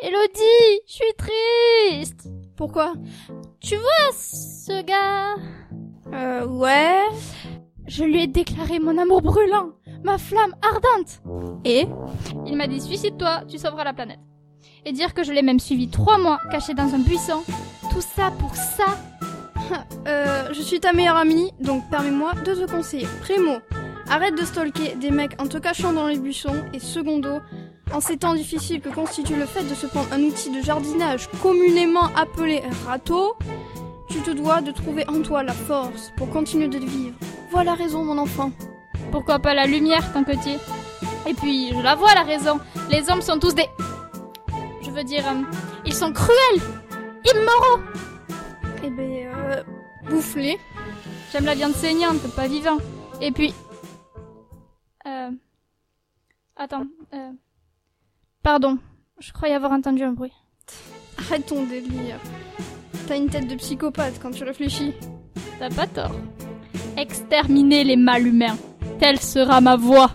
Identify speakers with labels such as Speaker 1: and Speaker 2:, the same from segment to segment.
Speaker 1: Elodie, je suis triste.
Speaker 2: Pourquoi
Speaker 1: Tu vois ce gars
Speaker 2: Euh, ouais.
Speaker 1: Je lui ai déclaré mon amour brûlant, ma flamme ardente.
Speaker 2: Et
Speaker 1: Il m'a dit suicide-toi, tu sauveras la planète. Et dire que je l'ai même suivi trois mois, caché dans un buisson. Tout ça pour ça
Speaker 2: Euh, je suis ta meilleure amie, donc permets-moi de te conseiller. Primo, arrête de stalker des mecs en te cachant dans les buissons. Et secondo, en ces temps difficiles que constitue le fait de se prendre un outil de jardinage communément appelé râteau, tu te dois de trouver en toi la force pour continuer de vivre. Voilà raison, mon enfant.
Speaker 1: Pourquoi pas la lumière tant que tu y es Et puis, je la vois la raison. Les hommes sont tous des... Je veux dire, euh, ils sont cruels Immoraux
Speaker 2: Eh ben, euh, bouffe-les.
Speaker 1: J'aime la viande saignante, pas vivant. Et puis... Euh... Attends, euh... Pardon, je croyais avoir entendu un bruit.
Speaker 2: Arrête ton délire. T'as une tête de psychopathe quand tu réfléchis.
Speaker 1: T'as pas tort. Exterminer les mâles humains. Telle sera ma voix.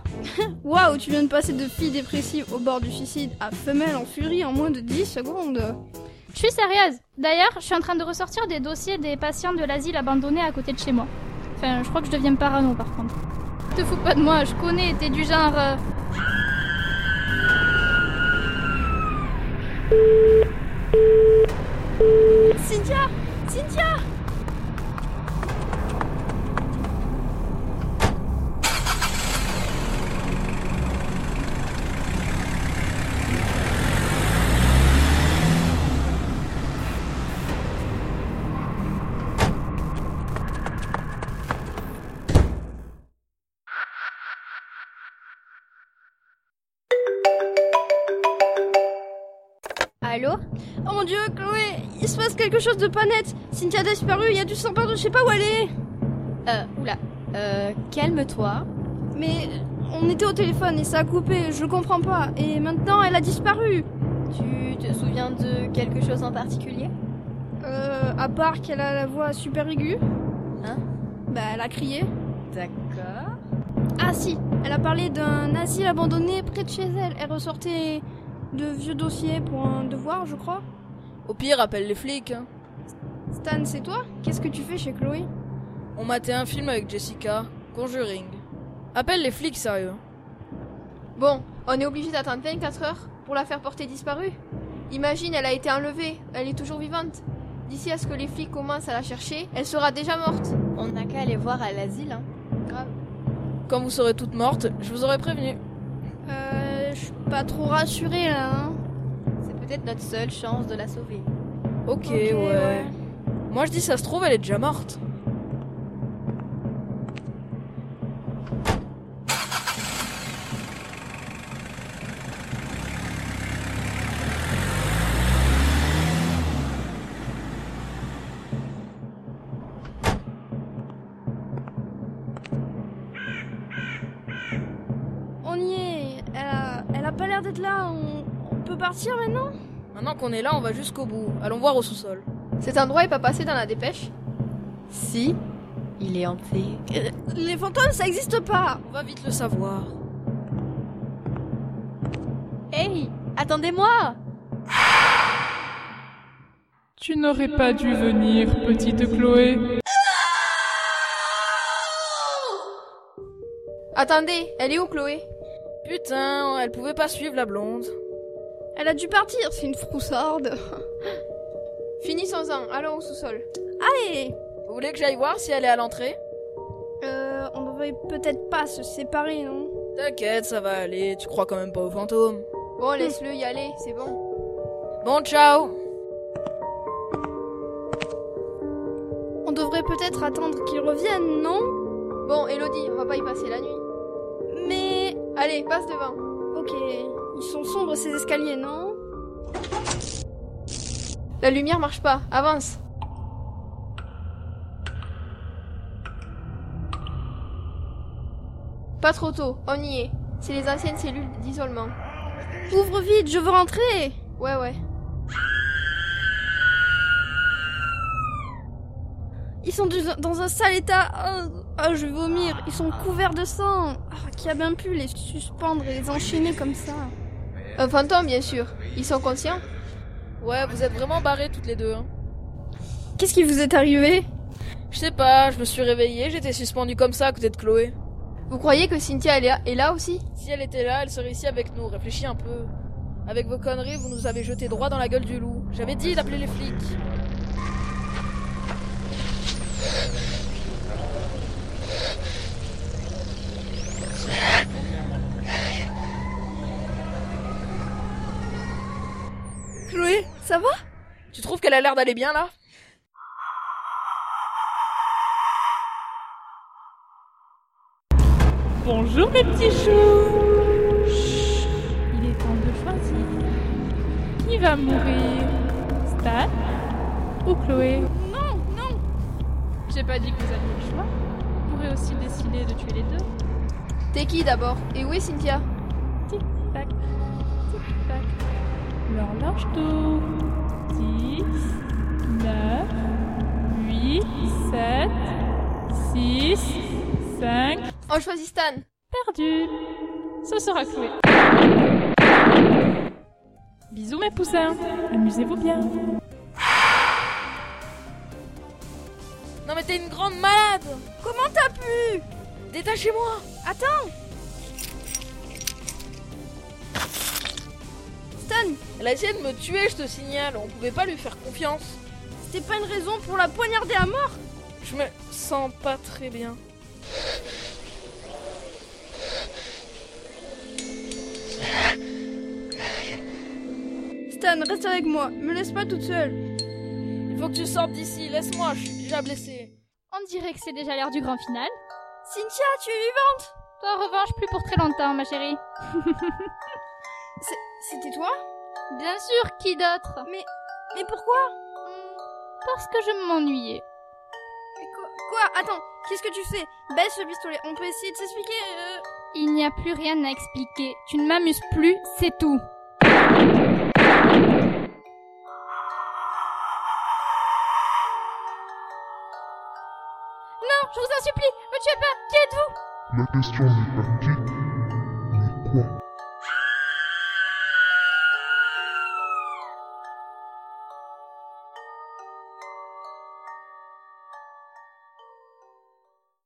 Speaker 2: Waouh, tu viens de passer de fille dépressive au bord du suicide à femelle en furie en moins de 10 secondes.
Speaker 1: Je suis sérieuse. D'ailleurs, je suis en train de ressortir des dossiers des patients de l'asile abandonné à côté de chez moi. Enfin, je crois que je deviens parano par contre. Te fous pas de moi, je connais, t'es du genre... euh,
Speaker 2: Cynthia Cynthia
Speaker 1: Allô
Speaker 2: Oh mon dieu, Chloé, il se passe quelque chose de pas net. Cynthia a disparu, il y a du sang partout, je sais pas où elle est.
Speaker 3: Euh, oula. Euh, calme-toi.
Speaker 2: Mais on était au téléphone et ça a coupé, je comprends pas. Et maintenant, elle a disparu.
Speaker 3: Tu te souviens de quelque chose en particulier
Speaker 2: Euh, à part qu'elle a la voix super aiguë.
Speaker 3: Hein
Speaker 2: Bah, elle a crié.
Speaker 3: D'accord.
Speaker 2: Ah si, elle a parlé d'un asile abandonné près de chez elle. Elle ressortait de vieux dossiers pour un devoir, je crois.
Speaker 4: Au pire, appelle les flics. hein.
Speaker 2: Stan, c'est toi Qu'est-ce que tu fais chez Chloé
Speaker 4: On matait un film avec Jessica, Conjuring. Appelle les flics, sérieux.
Speaker 5: Bon, on est obligé d'attendre 24 heures pour la faire porter disparue. Imagine, elle a été enlevée, elle est toujours vivante. D'ici à ce que les flics commencent à la chercher, elle sera déjà morte.
Speaker 3: On n'a qu'à aller voir à l'asile, hein.
Speaker 5: Grave.
Speaker 4: Quand vous serez toutes mortes, je vous aurais prévenu.
Speaker 2: Euh, je suis pas trop rassurée là. Hein
Speaker 3: C'est peut-être notre seule chance de la sauver.
Speaker 4: Ok, ouais. Moi, je dis, ça se trouve, elle est déjà morte.
Speaker 2: On y est. Elle a, elle a pas l'air d'être là. On, on peut partir maintenant
Speaker 4: Maintenant qu'on est là, on va jusqu'au bout. Allons voir au sous-sol.
Speaker 5: Cet endroit est pas passé dans la dépêche
Speaker 3: Si, il est hanté.
Speaker 2: Euh, Les fantômes, ça existe pas.
Speaker 4: On va vite le savoir.
Speaker 3: Hey, attendez-moi
Speaker 6: Tu n'aurais pas dû venir, petite Chloé.
Speaker 5: Attendez, elle est où Chloé
Speaker 4: Putain, elle pouvait pas suivre la blonde.
Speaker 2: Elle a dû partir. C'est une froussarde.
Speaker 5: Finissons-en, allons au sous-sol.
Speaker 2: Allez.
Speaker 4: Vous voulez que j'aille voir si elle est à l'entrée
Speaker 2: Euh, on devrait peut-être pas se séparer, non
Speaker 4: T'inquiète, ça va aller. Tu crois quand même pas aux fantômes.
Speaker 5: Bon, laisse-le y aller, c'est bon.
Speaker 4: Bon, ciao
Speaker 2: On devrait peut-être attendre qu'ils reviennent, non
Speaker 5: Bon, Elodie, on va pas y passer la nuit.
Speaker 2: Mais
Speaker 5: Allez, passe devant.
Speaker 2: ok, ils sont sombres ces escaliers, non
Speaker 5: La lumière marche pas, avance. Pas trop tôt, on y est. C'est les anciennes cellules d'isolement.
Speaker 2: Ouvre vite, je veux rentrer.
Speaker 5: Ouais, ouais.
Speaker 2: Ils sont dus- dans un sale état. Ah, ah, je vais vomir. Ils sont couverts de sang. Ah, qui a bien pu les suspendre et les enchaîner comme ça
Speaker 5: Un fantôme, bien sûr. Ils sont conscients
Speaker 4: Ouais, vous êtes vraiment barrés toutes les deux. hein.
Speaker 2: Qu'est-ce qui vous est arrivé
Speaker 4: Je sais pas, je me suis réveillée, j'étais suspendue comme ça à côté de Chloé.
Speaker 5: Vous croyez que Cynthia elle est- est là aussi
Speaker 4: Si elle était là, elle serait ici avec nous. Réfléchis un peu. Avec vos conneries, vous nous avez jeté droit dans la gueule du loup. J'avais dit d'appeler les flics.
Speaker 2: Chloé, ça va
Speaker 4: Tu trouves qu'elle a l'air d'aller bien là
Speaker 6: Bonjour mes petits choux Chut, Il est temps de choisir. Qui va mourir Stan ou Chloé Non, non J'ai pas dit que vous aviez le choix. Vous pourrez aussi décider de tuer les deux.
Speaker 5: T'es qui d'abord Et où est Cynthia
Speaker 6: Tic-tac, tic-tac. L'horloge tourne. 10, 9, 8, 7, 6, 5,
Speaker 5: On choisit Stan
Speaker 6: perdu. Ce sera Chloé. Bisous mes poussins, amusez-vous bien.
Speaker 4: Non mais t'es une grande malade
Speaker 2: Comment t'as pu
Speaker 4: Détachez-moi
Speaker 2: Stan,
Speaker 4: Elle a essayé de me tuer, je te signale. On pouvait pas lui faire confiance.
Speaker 2: c'était pas une raison pour la poignarder à mort
Speaker 4: Je me sens pas très bien.
Speaker 2: Stan, reste avec moi, me laisse pas toute seule.
Speaker 4: Il faut que tu sortes d'ici, laisse-moi, je suis déjà blessée.
Speaker 1: On dirait que c'est déjà l'heure du grand final.
Speaker 2: Cynthia, tu es
Speaker 1: Toi, en revanche, plus pour très longtemps, ma chérie.
Speaker 2: C'était toi
Speaker 1: Bien sûr, qui d'autre
Speaker 2: Mais pourquoi
Speaker 1: Hmm, Parce que je m'ennuyais.
Speaker 2: Mais quoi, quoi Attends, qu'est-ce que tu fais Baisse le pistolet, on peut essayer de s'expliquer euh.
Speaker 1: Il n'y a plus rien à expliquer. Tu ne m'amuses plus, c'est tout. Non, je vous en supplie, me tuez pas, qui êtes-vous
Speaker 7: La question n'est pas qui,